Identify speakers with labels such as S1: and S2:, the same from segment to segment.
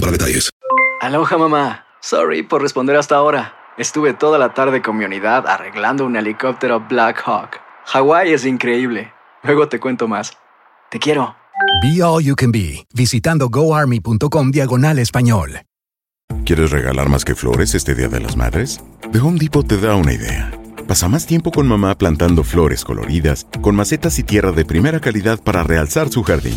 S1: para detalles.
S2: Aloha mamá. Sorry por responder hasta ahora. Estuve toda la tarde con mi unidad arreglando un helicóptero Black Hawk. Hawái es increíble. Luego te cuento más. Te quiero.
S3: Be All You Can Be, visitando goarmy.com diagonal español.
S4: ¿Quieres regalar más que flores este Día de las Madres? The Home Depot te da una idea. Pasa más tiempo con mamá plantando flores coloridas, con macetas y tierra de primera calidad para realzar su jardín.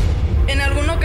S5: En alguna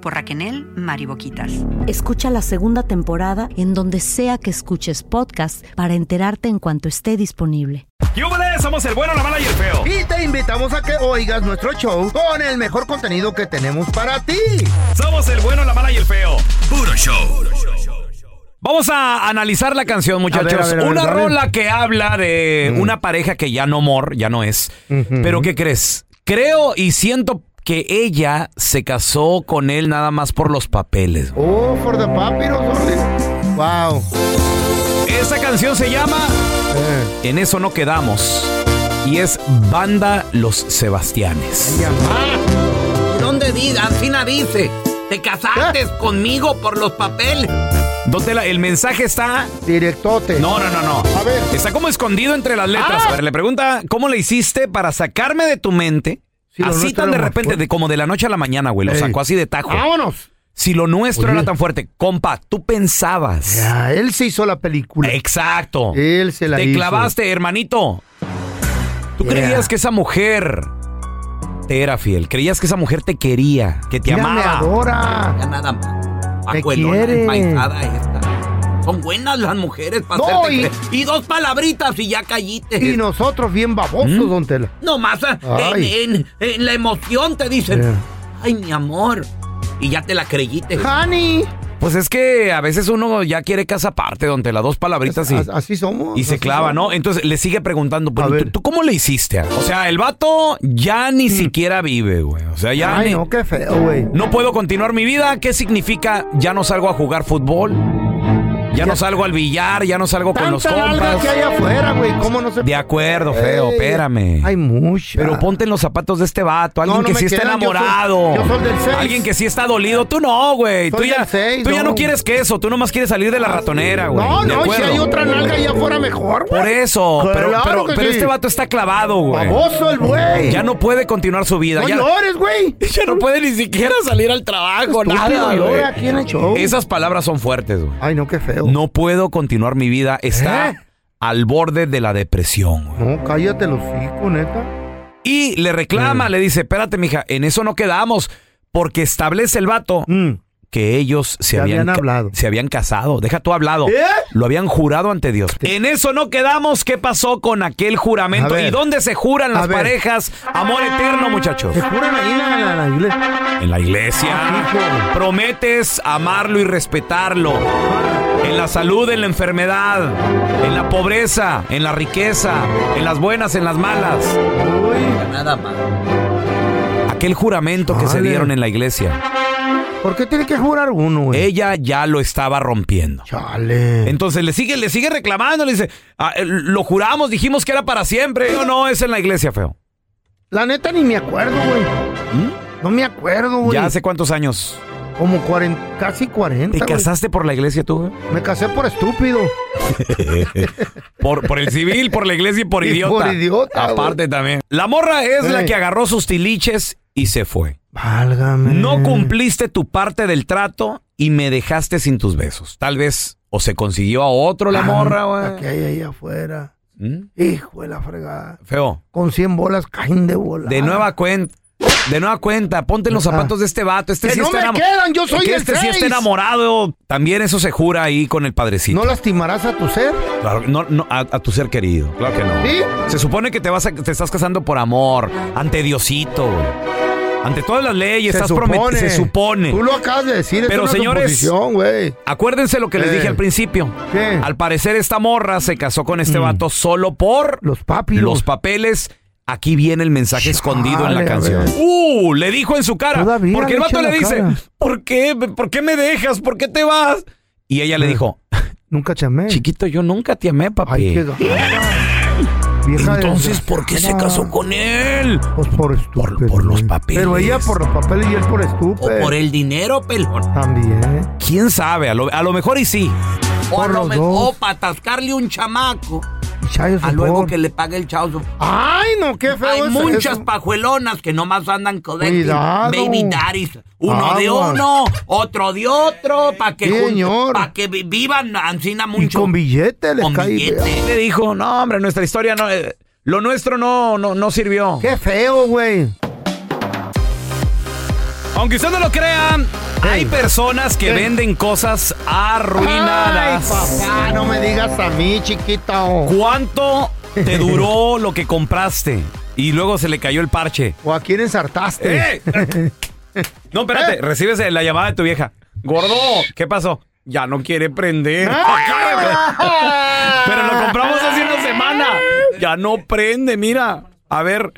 S6: por Raquenel Mariboquitas.
S7: Escucha la segunda temporada en donde sea que escuches podcast para enterarte en cuanto esté disponible.
S8: ¡Yúbales! Somos el bueno, la mala y el feo.
S9: Y te invitamos a que oigas nuestro show con el mejor contenido que tenemos para ti.
S8: Somos el bueno, la mala y el feo.
S1: Puro show.
S8: Vamos a analizar la canción, muchachos.
S10: A ver, a ver, a ver, Mm.
S8: una
S10: a ver.
S8: rola que habla de una pareja que ya no mor, ya no es. Pero ¿qué crees? Creo y siento que ella se casó con él nada más por los papeles.
S9: Oh, for the papyrus. órale. Wow.
S8: Esa canción se llama En eso no quedamos. Y es Banda Los Sebastianes.
S11: ¿Dónde dice? Alcina dice. Te
S9: ¿Eh?
S11: casaste conmigo por los papeles.
S8: Donde el mensaje está.
S9: Directote.
S8: No, no, no, no.
S9: A ver.
S8: Está como escondido entre las letras.
S11: Ah.
S8: A ver, le pregunta, ¿cómo le hiciste para sacarme de tu mente?
S9: Si lo
S8: así
S9: nuestro
S8: tan de
S9: era más
S8: repente,
S9: fuerte.
S8: de como de la noche a la mañana, güey. Lo
S9: Ey.
S8: sacó así de tajo.
S9: Vámonos.
S8: Si lo nuestro
S9: Oye.
S8: era tan fuerte, compa, tú pensabas.
S9: Ya, él se hizo la película.
S8: Exacto.
S9: Él se la
S8: Te
S9: hizo.
S8: clavaste, hermanito. Tú
S9: Yeah.
S8: creías que esa mujer te era fiel. Creías que esa mujer te quería, que te
S9: Mira, me
S8: amaba.
S9: adora.
S11: Ya nada más.
S9: Te
S11: Pajuelona,
S9: quiere.
S11: empaizada esta. Son buenas las mujeres para
S9: No,
S11: hacerte
S9: y-
S11: creer. y... dos palabritas y ya callite.
S9: Y nosotros bien babosos,
S8: ¿Mm?
S9: don Tela.
S11: Nomás ah,
S9: Ay.
S11: en, en- en la emoción te dicen,
S9: Yeah.
S11: ay mi amor. Y ya te la creyiste.
S9: Honey.
S8: Pues es que a veces uno ya quiere casa aparte, donde las dos palabritas y,
S9: As- Así somos.
S8: y se
S9: así
S8: clava,
S9: somos.
S8: ¿no? Entonces le sigue preguntando,
S9: A
S8: pero ¿tú,
S9: ver. Mm.
S8: tú cómo le hiciste? O sea, el vato ya ni siquiera vive, güey. O sea, ya
S9: Ay,
S8: ni-
S9: no, qué feo, Oh, güey.
S8: No puedo continuar mi vida. ¿Qué significa? Ya no salgo a jugar fútbol. Ya no salgo al billar, ya no salgo con los
S9: Tanta nalga
S8: compas.
S9: que hay afuera, güey. ¿Cómo no se
S8: De acuerdo, feo,
S9: Ey,
S8: espérame.
S9: Hay mucha.
S8: Pero ponte en los zapatos de este vato, alguien
S9: No, no
S8: que
S9: me
S8: sí está
S9: quedan, yo soy-
S8: enamorado.
S9: yo soy del seis.
S8: Alguien que sí está dolido. Tú no, güey. Tú,
S9: Soy
S8: ya,
S9: del seis,
S8: tú ya no
S9: no. Ah,
S8: quieres que eso. Tú nomás quieres salir de la ratonera, güey.
S9: No,
S8: De
S9: no, y si
S8: acuerdo.
S9: hay otra nalga allá afuera mejor, güey.
S8: Por eso. pero-
S9: Claro
S8: pero
S9: que
S8: pero
S9: sí.
S8: este vato está clavado, güey.
S9: Baboso el güey.
S8: Ya no puede continuar su vida.
S9: No
S8: ya,
S9: llores, güey.
S8: ya no puede ni siquiera salir al trabajo,
S9: Estúpido,
S8: nada,
S9: llora
S8: güey.
S9: aquí en el show.
S8: Esas palabras son fuertes, güey.
S9: Ay, no, qué feo.
S8: No puedo continuar mi vida. Está
S9: ¿Eh?
S8: al borde de la depresión, güey.
S9: No, cállate los hijos, neta.
S8: Y le reclama,
S9: Mm.
S8: le dice, espérate, mija, en eso no quedamos, porque establece el vato
S9: Mm.
S8: que ellos se,
S9: Se
S8: habían,
S9: habían
S8: ca-
S9: hablado.
S8: Se habían casado, deja tú hablado.
S9: ¿Eh?
S8: Lo habían jurado ante Dios. En eso no quedamos, ¿qué pasó con aquel juramento?
S9: A ver.
S8: ¿Y dónde se juran las
S9: A ver.
S8: parejas? Amor eterno, muchachos.
S9: Se juran ahí en la, en la iglesia.
S8: En la iglesia.
S9: Ah, hijo.
S8: Prometes amarlo y respetarlo. En la salud, en la enfermedad, en la pobreza, en la riqueza, en las buenas, en las malas.
S9: Uy,
S11: Nada más.
S8: Aquel juramento que se
S9: Chale.
S8: dieron en la iglesia,
S9: ¿por qué tiene que jurar uno, güey?
S8: ella ya lo estaba rompiendo.
S9: Chale.
S8: Entonces le sigue, le sigue reclamando, le dice, "Ah, eh, lo juramos, dijimos que era para siempre. No, no, es en la iglesia, feo.
S9: La neta ni me acuerdo, güey. No me acuerdo, güey.
S8: Ya hace ¿Mm? cuántos años.
S9: Como cuaren- casi 40.
S8: ¿Te
S9: güey.
S8: casaste por la iglesia tú, güey?
S9: Me casé por estúpido.
S8: Por, por el civil, por la iglesia y por
S9: Y
S8: idiota.
S9: por idiota, güey.
S8: Aparte también. La morra es la
S9: Ey.
S8: que agarró sus tiliches y se fue.
S9: Válgame.
S8: No cumpliste tu parte del trato y me dejaste sin tus besos. Tal vez o se consiguió a otro la morra,
S9: Ah, La
S8: güey.
S9: que hay ahí afuera.
S8: ¿Mm?
S9: Hijo de la fregada.
S8: Feo.
S9: Con 100 bolas caen de bola.
S8: De nueva cuenta. De nueva cuenta, ponte en los zapatos de este vato. Este
S9: Que
S8: sí
S9: no
S8: está
S9: me
S8: enamo-
S9: quedan, yo soy
S8: que
S9: el
S8: Este sí está
S9: seis.
S8: enamorado. También eso se jura ahí con el padrecito.
S9: ¿No lastimarás a tu ser?
S8: Claro, no, no, a, a tu ser querido. Claro que no.
S9: ¿Sí?
S8: Se supone que te vas a- te estás casando por amor, ante Diosito, güey. ante todas las leyes, estás prometido. Se supone.
S9: Tú lo acabas de decir.
S8: Pero,
S9: Pero, es una
S8: señores-
S9: suposición, güey.
S8: Acuérdense lo que les
S9: Eh.
S8: dije al principio.
S9: ¿Qué? Mm.
S8: Al parecer esta morra se casó con este vato solo por
S9: Los papiros.
S8: los papeles. Aquí viene el mensaje escondido en la
S9: a
S8: canción.
S9: ver.
S8: ¡Uh! Le dijo en su cara.
S9: Todavía
S8: porque
S9: le
S8: el vato
S9: echa
S8: le
S9: la
S8: dice,
S9: cara.
S8: ¿por qué? ¿Por qué me dejas? ¿Por qué te vas? Y ella le
S9: Eh,
S8: dijo,
S9: Nunca te amé.
S8: chiquito, yo nunca te amé, papi.
S9: Ay, qué
S8: "Eh,
S9: gata. Vieja
S8: Entonces, ¿por qué se
S9: desgraciada.
S8: casó con él?
S9: Pues por
S8: Por-
S9: estúpido.
S8: por los
S9: güey.
S8: papeles.
S9: Pero ella por los papeles y él por
S11: O
S9: estúpido.
S11: por el dinero, pelón.
S9: También.
S8: ¿Quién sabe? A lo, a lo mejor y sí.
S11: O, a
S9: Por
S11: lo
S9: los
S11: mejor-
S9: dos.
S11: o para atascarle un chamaco.
S9: Chayo,
S11: A
S9: su
S11: luego
S9: favor.
S11: que le pague el chauzo.
S9: Ay, no, qué feo
S11: Hay
S9: pues, es
S11: muchas
S9: eso.
S11: pajuelones que nomás andan con
S9: Cuidado.
S11: baby daddies. Uno de
S9: Aguas.
S11: uno, otro de otro, para que,
S9: Sí,
S11: jun-
S9: señor.
S11: pa' que vi- vivan Ancina
S9: Y
S11: mucho.
S9: con billete les
S11: Con
S9: cae.
S11: billete.
S8: Le dijo, no, hombre, nuestra historia no. eh, lo nuestro no, no, no sirvió.
S9: Qué feo, güey.
S8: Aunque usted no lo crea, hay personas que venden cosas arruinadas.
S9: Ay, papá, no me digas a mí, chiquito.
S8: ¿Cuánto te duró lo que compraste? Y luego se le cayó el parche.
S9: ¿O a quién ensartaste? Eh.
S8: ¡Eh! No, espérate, recibes la llamada de tu vieja. Gordo, ¿qué pasó? Ya no quiere prender.
S9: Ah.
S8: Pero lo compramos hace una semana. Ya no prende, mira. A ver.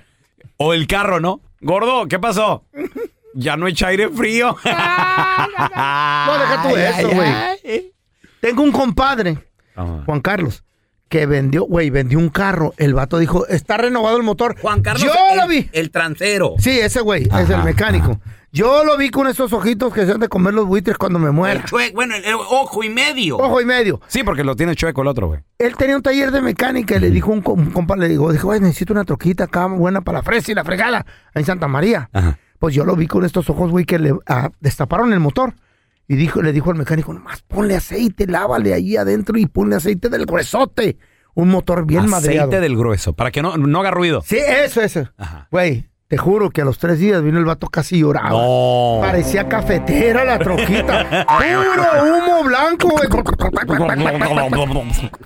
S8: O el carro, ¿no? Gordo, ¿qué pasó? Ya no echa aire frío.
S9: Ah, No, deja tú eso, güey. Tengo un compadre,
S8: Ajá.
S9: Juan Carlos, que vendió, güey, vendió un carro. El vato dijo, está renovado el motor.
S11: Juan Carlos,
S9: Yo
S11: el,
S9: lo vi.
S11: el transero.
S9: Sí, ese güey, es el mecánico. Yo lo vi con esos ojitos que se han de comer los buitres cuando me
S11: El
S9: muera.
S11: chue- bueno, el, el ojo y medio.
S9: Ojo y medio.
S8: Sí, porque lo tiene chueco el otro, güey.
S9: Él tenía un taller de mecánica y le dijo un com- un compa, le dijo, dijo, "Ay, necesito una troquita acá buena para la fresa y la fregada en Santa María.
S8: Ajá.
S9: Pues yo lo vi con estos ojos, güey, que le ah, destaparon el motor. Y dijo, le dijo al mecánico, nomás ponle aceite, lávale ahí adentro y ponle aceite del gruesote. Un motor bien
S8: Aceite
S9: madreado.
S8: del grueso, para que no, no haga ruido.
S9: Sí, eh, eso, eso.
S8: Ajá.
S9: Güey, te juro que a los tres días vino el vato casi lloraba.
S8: No.
S9: Parecía cafetera la troquita. Puro humo blanco, güey.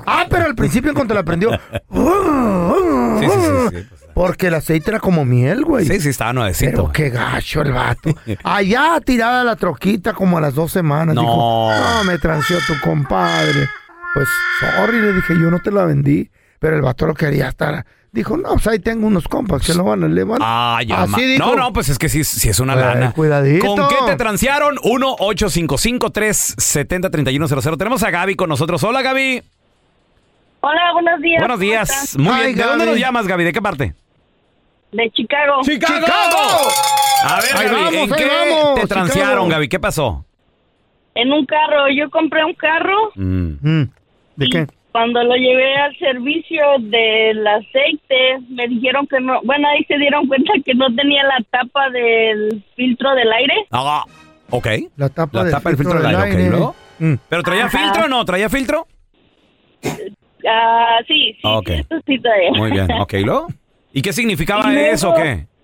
S9: Ah, pero al principio cuando la prendió.
S8: Sí, sí, sí, sí, pues,
S9: Porque el aceite era como miel, güey.
S8: Sí, sí, estaba nuevecito.
S9: Pero
S8: güey.
S9: qué gacho el vato. Allá tirada la troquita como a las dos semanas.
S8: No.
S9: Dijo, no, me transeó tu compadre. Pues, sorry, le dije, yo no te la vendí. Pero el vato lo quería estar. Dijo, no, pues ahí tengo unos compas que lo van a levantar.
S8: Ah, ya. ma-
S9: Así dijo.
S8: No, no, pues es que sí, sí es una
S9: Ay,
S8: lana.
S9: cuidadito.
S8: ¿Con qué te transearon? 1-855-370-3100. Tenemos a Gaby con nosotros. Hola, Gaby.
S10: Hola, buenos días.
S8: Buenos
S10: ¿cómo
S8: días.
S10: estás?
S8: Muy
S9: Ay,
S8: bien. ¿De dónde
S9: Gaby.
S8: nos llamas, Gaby? ¿De qué parte?
S10: De Chicago.
S8: ¡Chicago! A ver,
S9: Ahí
S8: Gaby,
S9: vamos,
S8: ¿en
S9: ahí
S8: qué
S9: vamos,
S8: te
S9: Chicago.
S8: transearon, Gaby? ¿Qué pasó?
S10: En un carro. Yo compré un carro.
S8: Mm.
S9: Mm, ¿De
S10: y
S9: qué?
S10: Cuando lo llevé al servicio del aceite, me dijeron que no. Bueno, ahí se dieron cuenta que no tenía la tapa del filtro del aire.
S8: Ah, ok.
S9: La tapa,
S8: La
S9: del Mm.
S8: tapa del filtro del aire, ok, ¿luego? ¿Pero traía
S10: Ajá.
S8: filtro o no? ¿Traía filtro?
S10: Ah, sí, sí.
S8: Ah, ok.
S10: sí, eso sí trae.
S8: Muy bien. Ok, ¿y luego? ¿Y qué significaba
S10: Y luego-
S8: eso o qué?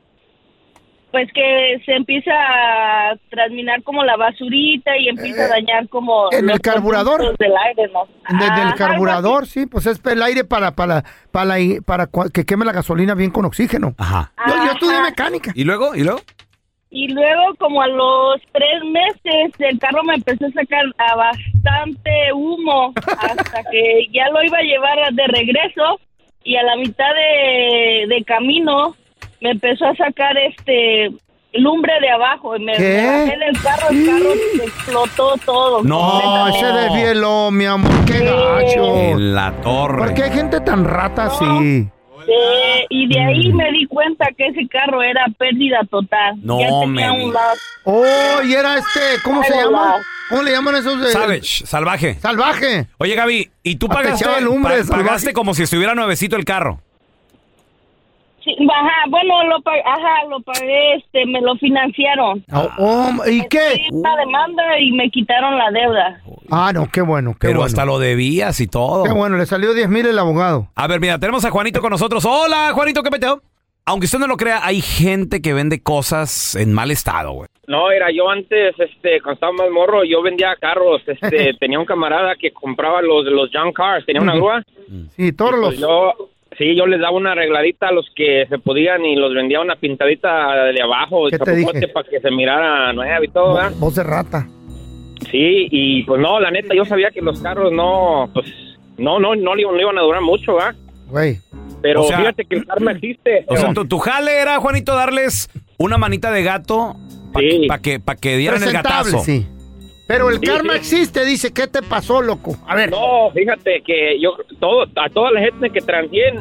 S10: Pues que se empieza a transminar como la basurita y empieza a dañar como.
S9: Eh, en el
S10: los
S9: carburador.
S10: conductos Del aire, ¿no?
S9: Desde
S10: Ajá, algo
S9: el
S10: así.
S9: carburador, sí, pues es el aire para, para, para, para cua- que queme la gasolina bien con oxígeno.
S8: Ajá.
S9: Yo, yo estudié
S10: Ajá.
S9: mecánica.
S8: ¿Y luego? ¿Y luego?
S10: Y luego, como a los tres meses, el carro me empezó a sacar a bastante humo hasta que ya lo iba a llevar de regreso y a la mitad de, de camino me empezó a sacar este lumbre de abajo y me,
S9: ¿Qué?
S10: me bajé del carro, el carro se explotó todo.
S8: No,
S9: No,
S10: completamente.
S9: se desvieló, mi amor, qué gacho.
S8: En la torre.
S9: ¿Por qué hay gente tan rata así?
S10: Y Este, y de ahí me di cuenta que ese carro era pérdida total.
S9: No
S10: ya tenía
S9: me
S10: un
S9: digas.
S10: lado.
S9: Oh, y era este, ¿cómo se
S10: Ay,
S9: llama?
S10: wow.
S9: ¿Cómo le llaman esos? eh,
S8: Savage, salvaje.
S9: Salvaje.
S8: Oye, Gaby, ¿y tú
S9: Hasta
S8: pagaste,
S9: echaba lumbre,
S8: pa-
S9: salvaje.
S8: pagaste como si estuviera nuevecito el carro?
S10: Sí, ajá, bueno, lo, pa- ajá, lo pagué, este, me lo financiaron.
S9: Oh, oh,
S12: Pues
S9: ¿Y qué?
S10: Una demanda y me quitaron la deuda.
S9: Ah, no, qué bueno, qué
S8: Pero
S9: bueno.
S8: hasta lo debías y todo.
S9: Qué bueno, le salió 10 mil el abogado.
S8: A ver, mira, tenemos a Juanito con nosotros. Hola, Juanito, ¿qué peteo? Aunque usted no lo crea, hay gente que vende cosas en mal estado, güey.
S12: No, era yo antes, este, cuando estaba más morro, yo vendía carros, este, tenía un camarada que compraba los, los junk cars, tenía una
S9: Ujú.
S12: grúa.
S9: Sí, todos
S12: Pues
S9: los...
S12: yo, sí, yo les daba una arregladita a los que se podían y los vendía una pintadita de abajo,
S9: ¿Qué te dije?
S12: para que se mirara nueva y todo, ¿verdad?
S9: Voz de rata.
S12: Sí, y pues no, la neta, yo sabía que los carros no, pues, no, no, no, le- no iban a durar mucho, ¿verdad?
S9: Güey.
S12: Pero
S8: O sea-
S12: fíjate que el karma existe.
S8: O sea, tu, tu jale era, Juanito, darles una manita de gato para que, pa' que, pa' que dieran el
S9: Presentable,
S8: gatazo.
S9: sí. Pero el
S12: Sí,
S9: karma
S12: sí.
S9: existe, dice, ¿qué te pasó, loco? A ver.
S12: No, fíjate que yo todo a toda la gente que transié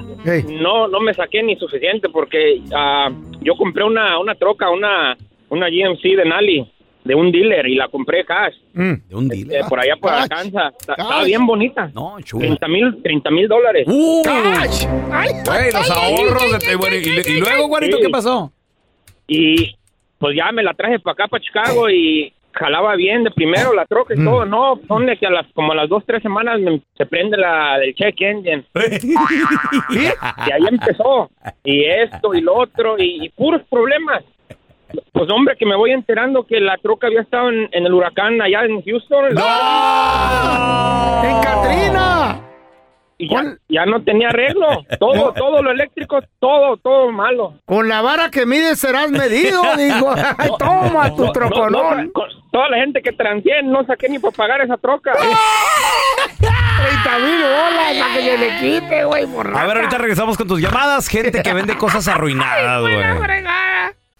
S12: no no me saqué ni suficiente porque ah, yo compré una una troca, una una GMC de Nali de un dealer y la compré cash.
S8: "Mm, De un dealer.
S12: eh, por allá por
S8: ah, Cash.
S12: Alcanza. Está- Estaba bien bonita.
S8: No, chula.
S12: 30 mil, 30 mil dólares.
S8: ¡Uh! ¡Cash! Güey, los ahorros. de- bueno, y, y luego, Juanito, ¿qué pasó?
S12: Y pues ya me la traje para acá, para Chicago y jalaba bien de primero la troca y
S8: Mm.
S12: todo. No, ponle que a las, como a las dos, tres semanas me- se prende la del check engine. y ahí empezó. Y esto y lo otro y, y puros problemas. Pues hombre, que me voy enterando que la troca había estado en, en el huracán allá en Houston.
S9: ¡En Katrina!
S12: Y ya, ya no tenía arreglo. Todo, todo lo eléctrico, todo, todo malo.
S9: Con la vara que mides serás medido, digo. Ay, toma tu
S12: No,
S9: troconón.
S12: no, con toda la gente que transié no saqué ni para pagar esa troca.
S9: 30 mil bolas para que se le quite, güey, borracha.
S8: A ver, ahorita regresamos con tus llamadas. Gente que vende cosas arruinadas, güey.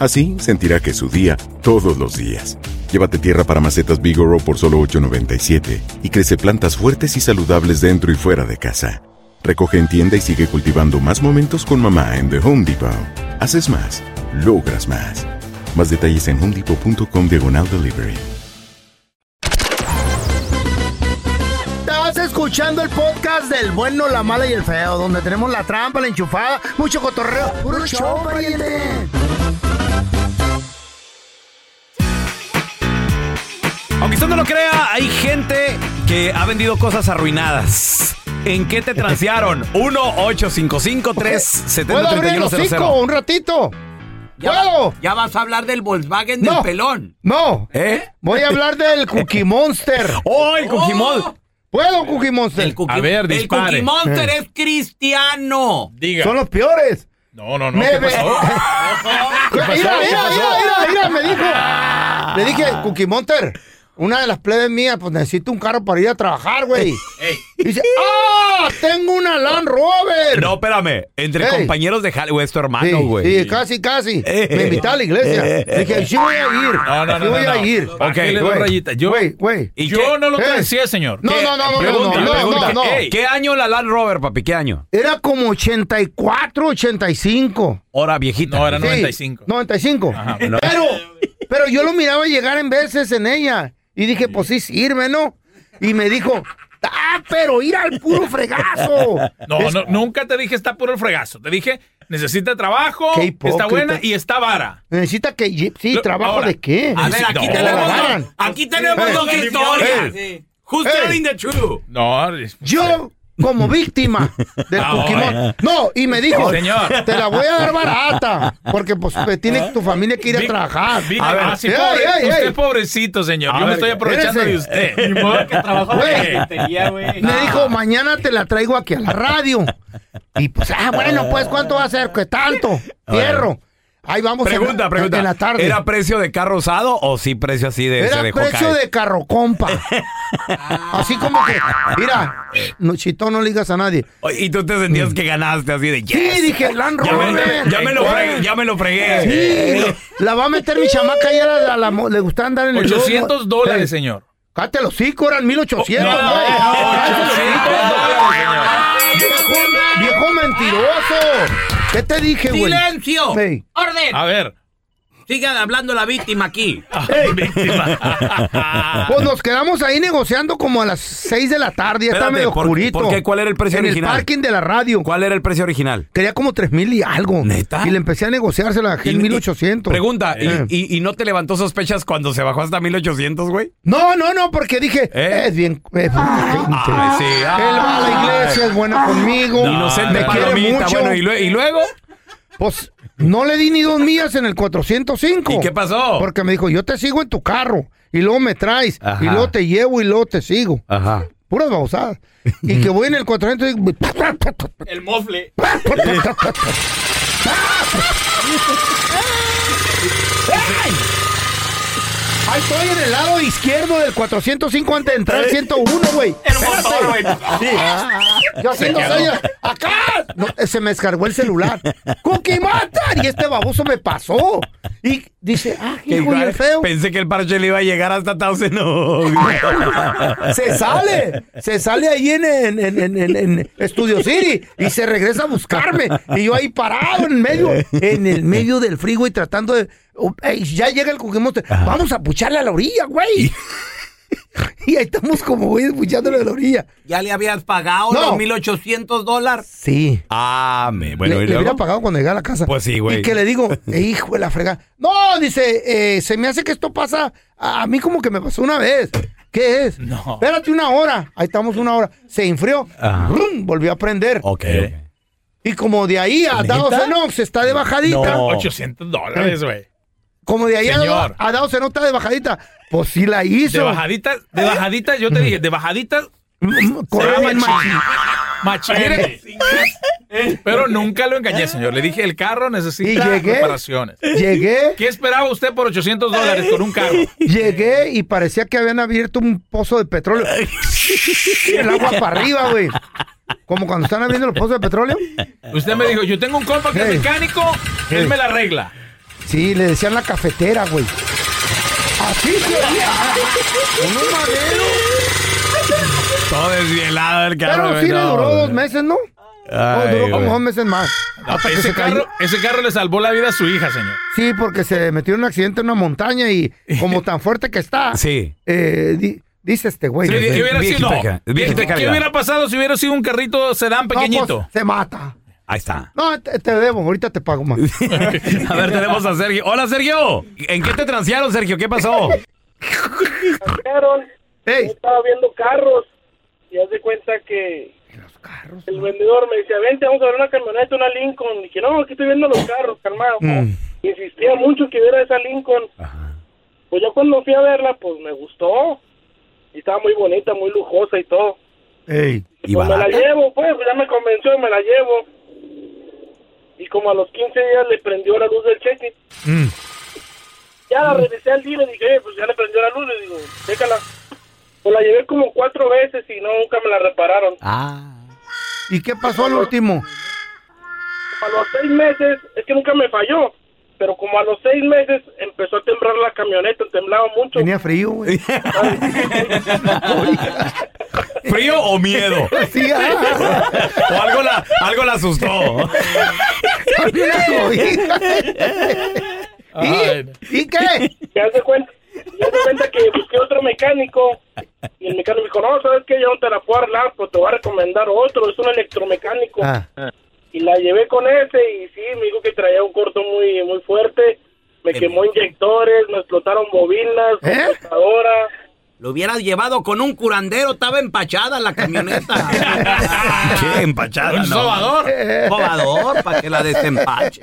S4: Así sentirá que es su día todos los días. Llévate tierra para macetas Bigoro por solo $8.97 y crece plantas fuertes y saludables dentro y fuera de casa. Recoge en tienda y sigue cultivando más momentos con mamá en The Home Depot. Haces más, logras más. Más detalles en homedepot.com diagonal delivery.
S9: Estás escuchando el podcast del bueno, la mala y el feo, donde tenemos la trampa, la enchufada, mucho cotorreo. ¡Puro show, pariente!
S8: Aunque usted no lo crea, hay gente que ha vendido cosas arruinadas. ¿En qué te transearon? 1-855-370-3100.
S9: ¿Puedo abrir el hocico un ratito?
S11: Ya, va- ya vas a hablar del Volkswagen del
S9: No.
S11: pelón.
S9: No.
S8: ¿Eh?
S9: Voy a hablar del Cookie Monster.
S8: ¡Oh, el
S11: Cookie Mon-
S9: ¿Puedo, Cookie Monster?
S11: Cookie- El Cookie Monster es cristiano.
S9: Diga. Son los peores.
S13: No, no,
S11: no,
S9: Me
S11: ¿qué
S9: ve-
S11: pasó? ¿Qué
S9: Mira,
S11: pasó?
S9: mira,
S11: ¿Qué
S9: mira,
S11: pasó? Ah.
S9: mira, mira, me dijo. Le dije, Cookie Monster, una de las plebes mías, pues necesito un carro para ir a trabajar, güey. Y dice, ¡ah! Tengo una Land Rover.
S8: No, espérame. Entre
S9: Ey.
S8: compañeros de Halloween, es tu
S11: ah,
S8: hermano,
S9: Sí,
S8: güey.
S9: sí, casi, casi.
S11: Eh.
S9: Me invitó a la iglesia. Dije, sí voy a
S13: No,
S9: ir.
S13: no, no.
S9: sí
S13: no,
S9: voy a
S13: no.
S9: ir.
S13: Bájale dos
S9: Güey.
S13: rayitas. Yo,
S8: ¿Y
S13: yo
S8: qué?
S13: no lo
S8: Eh.
S13: decía, señor.
S9: No,
S13: ¿Qué?
S9: no, no, no,
S13: Pregunta,
S9: no, no,
S13: pregunta.
S9: no, no.
S13: Ey,
S8: ¿Qué año la Land Rover, papi? ¿Qué año?
S9: Era como 84, 85.
S8: Hora viejita. No,
S9: era Sí. 95. 95. Pero, pero yo lo miraba llegar en veces en ella. Y dije, pues sí sirve, ¿no? Y me dijo, pero ir al puro fregazo.
S13: No, no, nunca te dije está puro el fregazo. Te dije, necesita trabajo,
S9: Qué
S13: está
S9: hipócrita.
S13: buena y está vara.
S9: Necesita que... lle- Sí,
S13: Lo-
S9: ¿trabajo
S13: ahora,
S9: de qué?
S13: a ver, aquí tenemos
S9: la
S13: dos- Ah,
S9: agarran.
S11: Aquí tenemos
S9: Ey,
S11: dos
S9: ey,
S11: historias.
S9: ey.
S11: Who's
S9: Ey.
S11: telling the truth?
S13: No, es-
S9: Yo, como víctima del
S13: Ah, bueno.
S9: Pokémon. No, y me dijo,
S13: Señor.
S9: te la voy a dar barata, porque pues pues, tiene tu familia que ir a
S13: Vic-
S9: trabajar.
S13: Vic-
S9: A ver,
S13: ah, sí,
S9: ey,
S13: pobre-
S9: ey,
S13: usted
S9: ey.
S13: es pobrecito, señor.
S9: A
S13: Yo me
S9: ver,
S13: estoy aprovechando
S9: espérese.
S13: de usted.
S9: Ni modo que trabajo en la
S13: Güey.
S9: cafetería, Me dijo, mañana te la traigo aquí a la radio. Y pues, ah, bueno, pues, ¿cuánto va a ser? ¿Qué tanto? Fierro. Ahí vamos. en la-
S8: Pregunta, pregunta.
S9: En la tarde.
S8: ¿Era precio de carro usado o sí precio así de
S9: Era
S8: se dejó
S9: precio
S8: caer?
S9: de carro compa. Así como que, mira, no, chito, no ligas a nadie.
S8: Y tú te sentías que ganaste así de yes.
S9: Sí, dije, Land
S8: Ya
S9: Rover.
S8: me, ya me lo fregué, ya me lo fregué.
S9: Sí, lo- la va a meter mi chamaca y a la, la- la mo- le gusta andar en el
S13: 800 dólares, señor.
S9: Cállate los cinco, eran 1800.
S8: Oh,
S13: No,
S9: güey.
S13: no,
S9: Cállate los
S13: 800
S9: hocico.
S13: dólares, señor.
S9: Viejo- Viejo mentiroso. ¿Qué te dije, güey?
S11: ¡Silencio!
S9: Ey.
S11: ¡Orden!
S13: A ver.
S11: Sigan hablando la víctima aquí.
S8: Ah,
S9: Pues nos quedamos ahí negociando como a las 6 de la tarde, ya está
S8: Espérate,
S9: medio
S8: ¿por-
S9: oscurito.
S8: por qué? ¿Cuál era el precio
S9: en
S8: original?
S9: el parking de la radio.
S8: ¿Cuál era el precio original?
S9: Quería como 3 mil y algo. Y le empecé a negociársela en 1800.
S8: Pregunta, ¿y-
S9: Eh.
S8: y, y no te levantó sospechas cuando se bajó hasta 1800, güey?
S9: No, no, no, porque dije, es bien. es buena
S8: Ay,
S9: gente.
S8: ¿Eh? Ah, sí. Ah.
S9: Él va a la iglesia, es bueno conmigo.
S8: Inocente
S9: me quiere
S8: palomita,
S9: mucho.
S8: bueno, ¿y lue- y luego?
S9: Pues no le di ni dos millas en el 405.
S8: ¿Y qué pasó?
S9: Porque me dijo, yo te sigo en tu carro. Y luego me traes.
S8: Ajá.
S9: Y luego te llevo y luego te sigo.
S8: Ajá.
S9: Puras babosadas. y que voy en el 405.
S11: El mofle.
S9: ¡Ey! Ahí estoy en el lado izquierdo del 405 antes de entrar al 101, güey. Espérate. Sí.
S14: Ah.
S9: Yo haciendo
S11: Se quedó.
S9: señas. ¡Acá! No, eh, se me descargó el celular. ¡Cookie Matar! Y este baboso me pasó. Y dice, ah,
S8: Que
S9: hijo, y
S8: igual
S9: el feo.
S8: Pensé que el parche le iba a llegar hasta Tausen.
S9: Se sale, se sale ahí en, en, en- en- en- en Studio City y se regresa a buscarme. Y yo ahí parado en medio, en el medio del frigo y tratando de. oh, ey, ya llega el cuquemote. Vamos a pucharle a la orilla, güey. Y ahí estamos como güey puchándole a la orilla.
S11: ¿Ya le habías pagado
S9: No.
S11: los 1800 dólares?
S9: Sí.
S8: Ah, me. Bueno,
S9: le,
S8: y
S9: le hubiera
S8: luego.
S9: pagado cuando llegara a la casa.
S8: Pues sí, güey.
S9: Y que le digo, eh, hijo de la fregada. No, dice, eh, se me hace que esto pasa. A, a mí como que me pasó una vez. ¿Qué es? No. Espérate una hora. Ahí estamos una hora. Se enfrió.
S8: Ajá.
S9: Brum, volvió a prender.
S8: Ok.
S13: ¿Eh?
S9: Y como de ahí a
S13: ¿Neta?
S9: Dao Zenox está de bajadita.
S13: 800 dólares, güey.
S9: Como de ahí a
S13: Señor.
S9: Dao- a Dao Zenox está de bajadita. Pues sí la hizo.
S13: De bajaditas, de bajaditas, yo te dije, de bajaditas.
S9: ¿Eh? corre bien
S13: Machete. Pero nunca lo engañé, señor. Le dije, el carro necesita
S9: Y llegué.
S13: reparaciones.
S9: Llegué.
S13: ¿Qué esperaba usted por 800 dólares con un carro?
S9: Llegué y parecía que habían abierto un pozo de petróleo. El agua para arriba, güey. Como cuando están abriendo los pozos de petróleo.
S13: Usted me dijo, yo tengo un compa que es
S9: Hey.
S13: mecánico, él
S9: Hey.
S13: me la arregla.
S9: Sí, le decían la cafetera, güey. Así se oía. Con un madero.
S8: Todo desvielado el carro.
S9: Pero
S8: güey,
S9: sí le
S8: no,
S9: duró
S8: güey.
S9: dos meses, ¿no?
S8: Ay,
S9: O duró como Ah,
S8: güey.
S9: dos meses más.
S13: No,
S9: Hasta que
S13: ese,
S9: se cayó.
S13: carro, ese carro le salvó la vida a su hija, señor.
S9: Sí, porque se metió en un accidente en una montaña y como tan fuerte que está.
S8: Sí.
S9: eh, di- dice este güey.
S13: Sí,
S9: no sé.
S13: ¿qué hubiera sido?
S8: Viejita ca-
S13: ¿Qué-
S8: viejita
S13: ¿Qué,
S8: calidad.
S13: hubiera pasado si hubiera sido un carrito sedán
S9: No, pues,
S13: pequeñito?
S9: se mata.
S8: Ahí está.
S9: No, te, te debo. Ahorita te pago más.
S8: A ver, tenemos a Sergio. Hola, Sergio. ¿En qué te transearon, Sergio? ¿Qué pasó?
S15: Sacaron, yo estaba viendo carros y haz de cuenta que el vendedor me decía, vente, vamos a ver una camioneta, una Lincoln. Y que no, aquí estoy viendo los carros, calmado. Insistía mucho que viera esa Lincoln. Pues yo cuando fui a verla, pues me gustó. Y estaba muy bonita, muy lujosa y todo.
S9: Ey.
S15: Y pues me la llevo, pues, pues, ya me convenció, me la llevo. Y como a los 15 días le prendió la luz del cheque.
S9: Mm.
S15: Ya la regresé al día y dije, "Oye, pues ya le prendió la luz. Le digo, déjala. Pues la llevé como cuatro veces y no, nunca me la repararon.
S13: Ah.
S9: ¿Y qué pasó al último?
S15: A los seis meses, es que nunca me falló. Pero como a los seis meses empezó a temblar la camioneta, temblaba mucho.
S9: Tenía frío, güey.
S8: ¿Frío o miedo?
S9: Sí, ah.
S8: O algo la, algo la asustó.
S9: También la cobija. ¿Y, ¿Y qué?
S15: ¿Te das de cuenta? Y ya de cuenta que busqué otro mecánico. Y el mecánico me dijo, no, ¿sabes qué? Yo no te la puedo arreglar, pero te voy a recomendar otro. Es un electromecánico. Y la llevé con ese y sí, me dijo que traía un corto muy muy fuerte. Me quemó inyectores, me explotaron bobinas, computadora.
S11: Lo hubieras llevado con un curandero, estaba empachada la camioneta.
S8: ¿Qué? Empachada.
S11: Un sobador. Sobador, para que la desempache.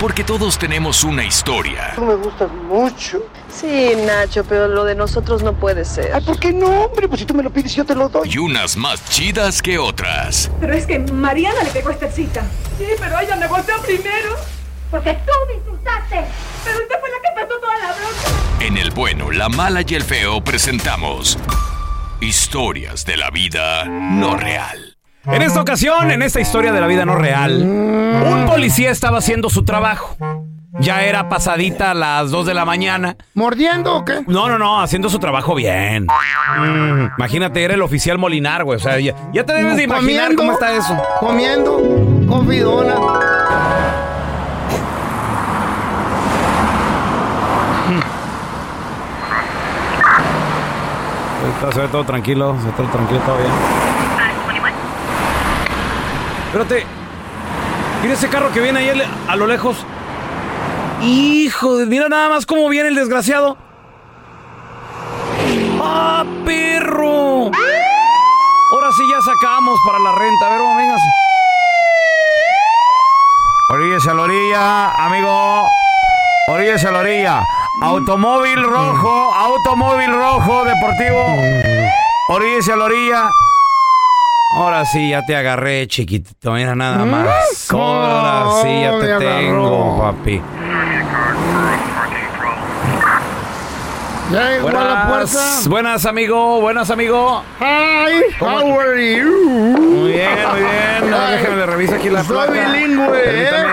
S16: Porque todos tenemos una historia.
S17: Tú me gustas mucho.
S18: Sí, Nacho, pero lo de nosotros no puede ser.
S17: Ay, ¿por qué no, hombre? Pues si tú me lo pides, yo te lo doy.
S16: Y unas más chidas que otras.
S14: Pero es que Mariana le pegó esta cita. Sí, pero ella me golpeó primero. Porque tú me insultaste. Pero usted fue la que pasó toda la bronca.
S16: En el bueno, la mala y el feo presentamos historias de la vida no real.
S8: En esta ocasión, en esta historia de la vida no real, un policía estaba haciendo su trabajo. Ya era pasadita a las 2 de la mañana.
S9: ¿Mordiendo o qué?
S8: No, no, no, haciendo su trabajo bien. Imagínate, era el oficial Molinar, güey. O sea, ya, ya te debes de imaginar
S9: Comiendo,
S8: cómo está eso.
S9: Comiendo, confidona.
S8: Ahorita se ve todo tranquilo, se ve todo tranquilo todavía. Espérate. Mira ese carro que viene ahí al- a lo lejos. Hijo, de- mira nada más cómo viene el desgraciado. ¡Ah, perro! Ahora sí ya sacamos para la renta. A ver, vamos, véngase.
S19: Oríllese a la orilla, amigo. Oríllese a la orilla. Automóvil rojo, automóvil rojo, deportivo. Oríllese a la orilla.
S8: Ahora sí ya te agarré, chiquitito. Mira nada
S9: ¿Mm?
S8: más.
S19: ¿Cómo?
S8: Ahora sí ya te
S19: Me agarró.
S8: tengo, papi.
S9: Ya llegó a la puerta.
S8: Buenas, buenas, amigo. Buenas, amigo.
S9: Hi, how are you?
S8: Muy bien, muy bien. No, déjame le reviso aquí la
S9: Soy
S8: placa.
S9: bilingüe,
S8: Permítame,
S9: ¿eh?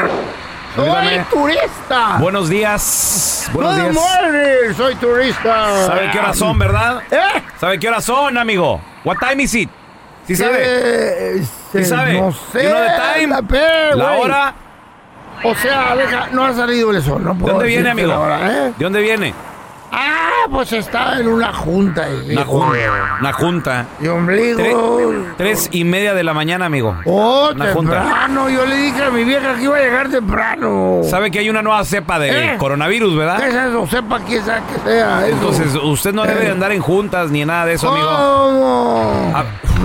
S8: permítame.
S9: Soy turista.
S8: Buenos días. Buenos
S9: Good
S8: días.
S9: morning, soy turista.
S8: ¿Sabe qué horas son, verdad?
S9: ¿Eh?
S8: ¿Sabe qué horas son, amigo? What time is it? ¿Sí sabe?
S9: Eh,
S8: ¿Sí
S9: eh,
S8: sabe?
S9: No
S8: You
S9: sé.
S8: know the time?
S9: La, pe-
S8: La
S9: güey.
S8: hora.
S9: O sea, deja, no ha salido el sol. No
S8: ¿De
S9: puedo
S8: dónde viene,
S9: decirte
S8: amigo?
S9: la hora, ¿eh?
S8: ¿De dónde viene?
S9: Ah, pues está en una junta. ahí.
S8: Una junta. Una junta.
S9: Y ombligo.
S8: Tre- tres y media de la mañana, amigo.
S9: Oh,
S8: Una junta.
S9: temprano. Yo le dije a mi vieja que iba a llegar temprano.
S8: Sabe que hay una nueva cepa de
S9: ¿Eh?
S8: coronavirus,
S9: ¿Qué es
S8: ¿verdad?
S9: eso? Sepa quién sabe que sea eso. Eh.
S8: Entonces, usted no debe de andar en juntas ni nada de eso, amigo.
S9: ¿Cómo?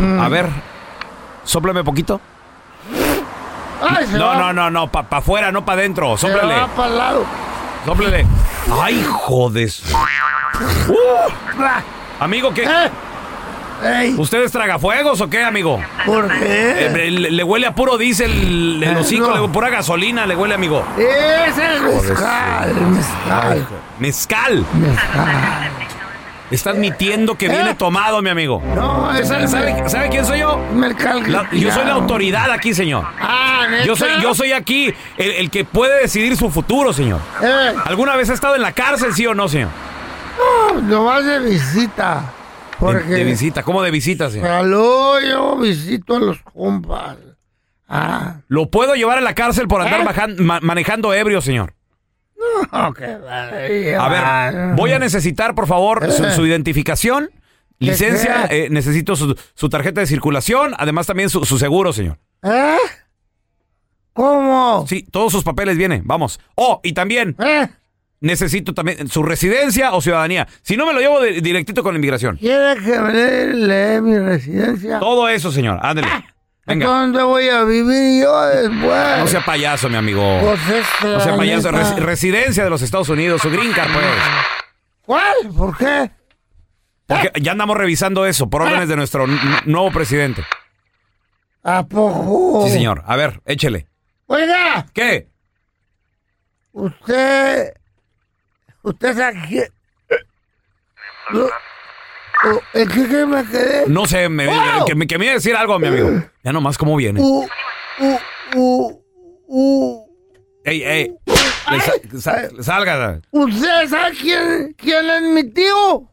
S9: Mm.
S8: A ver, sóplame poquito.
S9: Ay, se
S8: No,
S9: va.
S8: no, no, no, para afuera, no para adentro.
S9: Se
S8: Sóplele,
S9: va para el lado.
S8: sóplele. Ay, jodes. Uh.
S9: Ah,
S8: Amigo, ¿qué?
S9: Eh.
S8: ¿Ustedes tragafuegos o qué, amigo?
S9: ¿Por qué?
S8: Eh, le, le huele a puro diésel el
S9: Eh,
S8: hocico,
S9: no.
S8: le- pura gasolina le huele, amigo.
S9: Ese es el
S8: Joder,
S9: mezcal,
S8: sí.
S9: mezcal.
S8: Ay, joder. Mezcal. Está admitiendo
S9: Eh,
S8: que viene tomado, mi amigo.
S9: No, es
S8: ¿Sabe,
S9: el
S8: sabe-
S9: mezcal.
S8: sabe quién soy yo?
S9: Mezcal.
S8: La- yo soy la autoridad aquí, señor.
S9: Ah, ¿neta?
S8: Yo soy, yo soy aquí el, el que puede decidir su futuro, señor.
S9: Eh.
S8: ¿Alguna vez ha estado en la cárcel, sí o no, señor?
S9: No, no vas de visita.
S8: De,
S9: Porque
S8: de visita, ¿cómo de visita, señor?
S9: Aló, yo visito a los compas. Ah, ¿Eh?
S8: ¿Lo puedo llevar a la cárcel por andar bajan- ma- manejando ebrio, señor?
S9: no, qué vale.
S8: A
S9: ah.
S8: ver, voy a necesitar, por favor, su, su identificación,
S9: ¿Qué
S8: licencia,
S9: Eh. qué?
S8: eh, necesito su, su tarjeta de circulación, además también su, su seguro, señor.
S9: ¿Eh? ¿Cómo? ¿Eh?
S8: Sí, todos sus papeles vienen, vamos. Oh, y también necesito también su residencia o ciudadanía. Si no, me lo llevo de- directito con la inmigración.
S9: ¿Quiere que me lee mi residencia? Ah,
S8: Todo eso, señor, ándele. Venga.
S9: ¿Dónde voy a vivir yo después?
S8: No sea payaso, mi amigo.
S9: Pues este,
S8: No sea
S9: la
S8: payaso.
S9: neta.
S8: Res- residencia de los Estados Unidos, su green card, pues.
S9: ¿Cuál? ¿Por qué? Ah.
S8: Porque ya andamos revisando eso por órdenes de nuestro n- nuevo presidente.
S9: ¿A poco?
S8: Sí, señor. A ver, échele.
S9: Oiga,
S8: ¿Qué?
S9: usted. Usted sabe que. Eh, ¿En qué, qué me quedé?
S8: No sé, me,
S9: ¡Wow!
S8: que, me- que me iba a decir algo, mi amigo. Ya nomás cómo viene.
S9: U, u, u, u.
S8: Ey, ey. Le sa- sa- salga.
S9: ¿Usted sabe quién, quién es mi tío?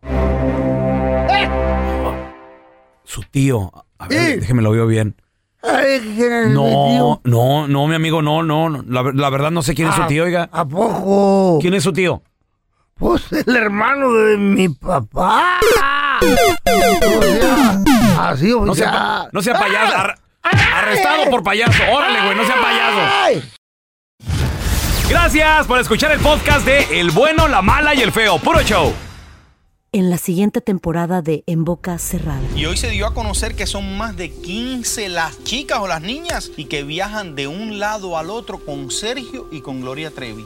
S8: Su tío. A ver, déjeme lo veo bien.
S9: ¿Sabe quién es mi
S8: No,
S9: tío?
S8: no, no, mi amigo, no, no. no. La, ver- la verdad no sé quién es su
S9: Ah,
S8: tío, oiga.
S9: ¿A poco?
S8: ¿Quién es su tío?
S20: Pues el hermano de mi papá. O sea, así o
S8: No sea, pa- no sea payaso. ar- arrestado por payaso. Órale, güey, no sea payaso. Gracias por escuchar el podcast de El bueno, la mala y el feo. Puro show.
S7: En la siguiente temporada de En Boca Cerrada.
S21: Y hoy se dio a conocer que son más de 15 las chicas o las niñas y que viajan de un lado al otro con Sergio y con Gloria Trevi.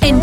S22: En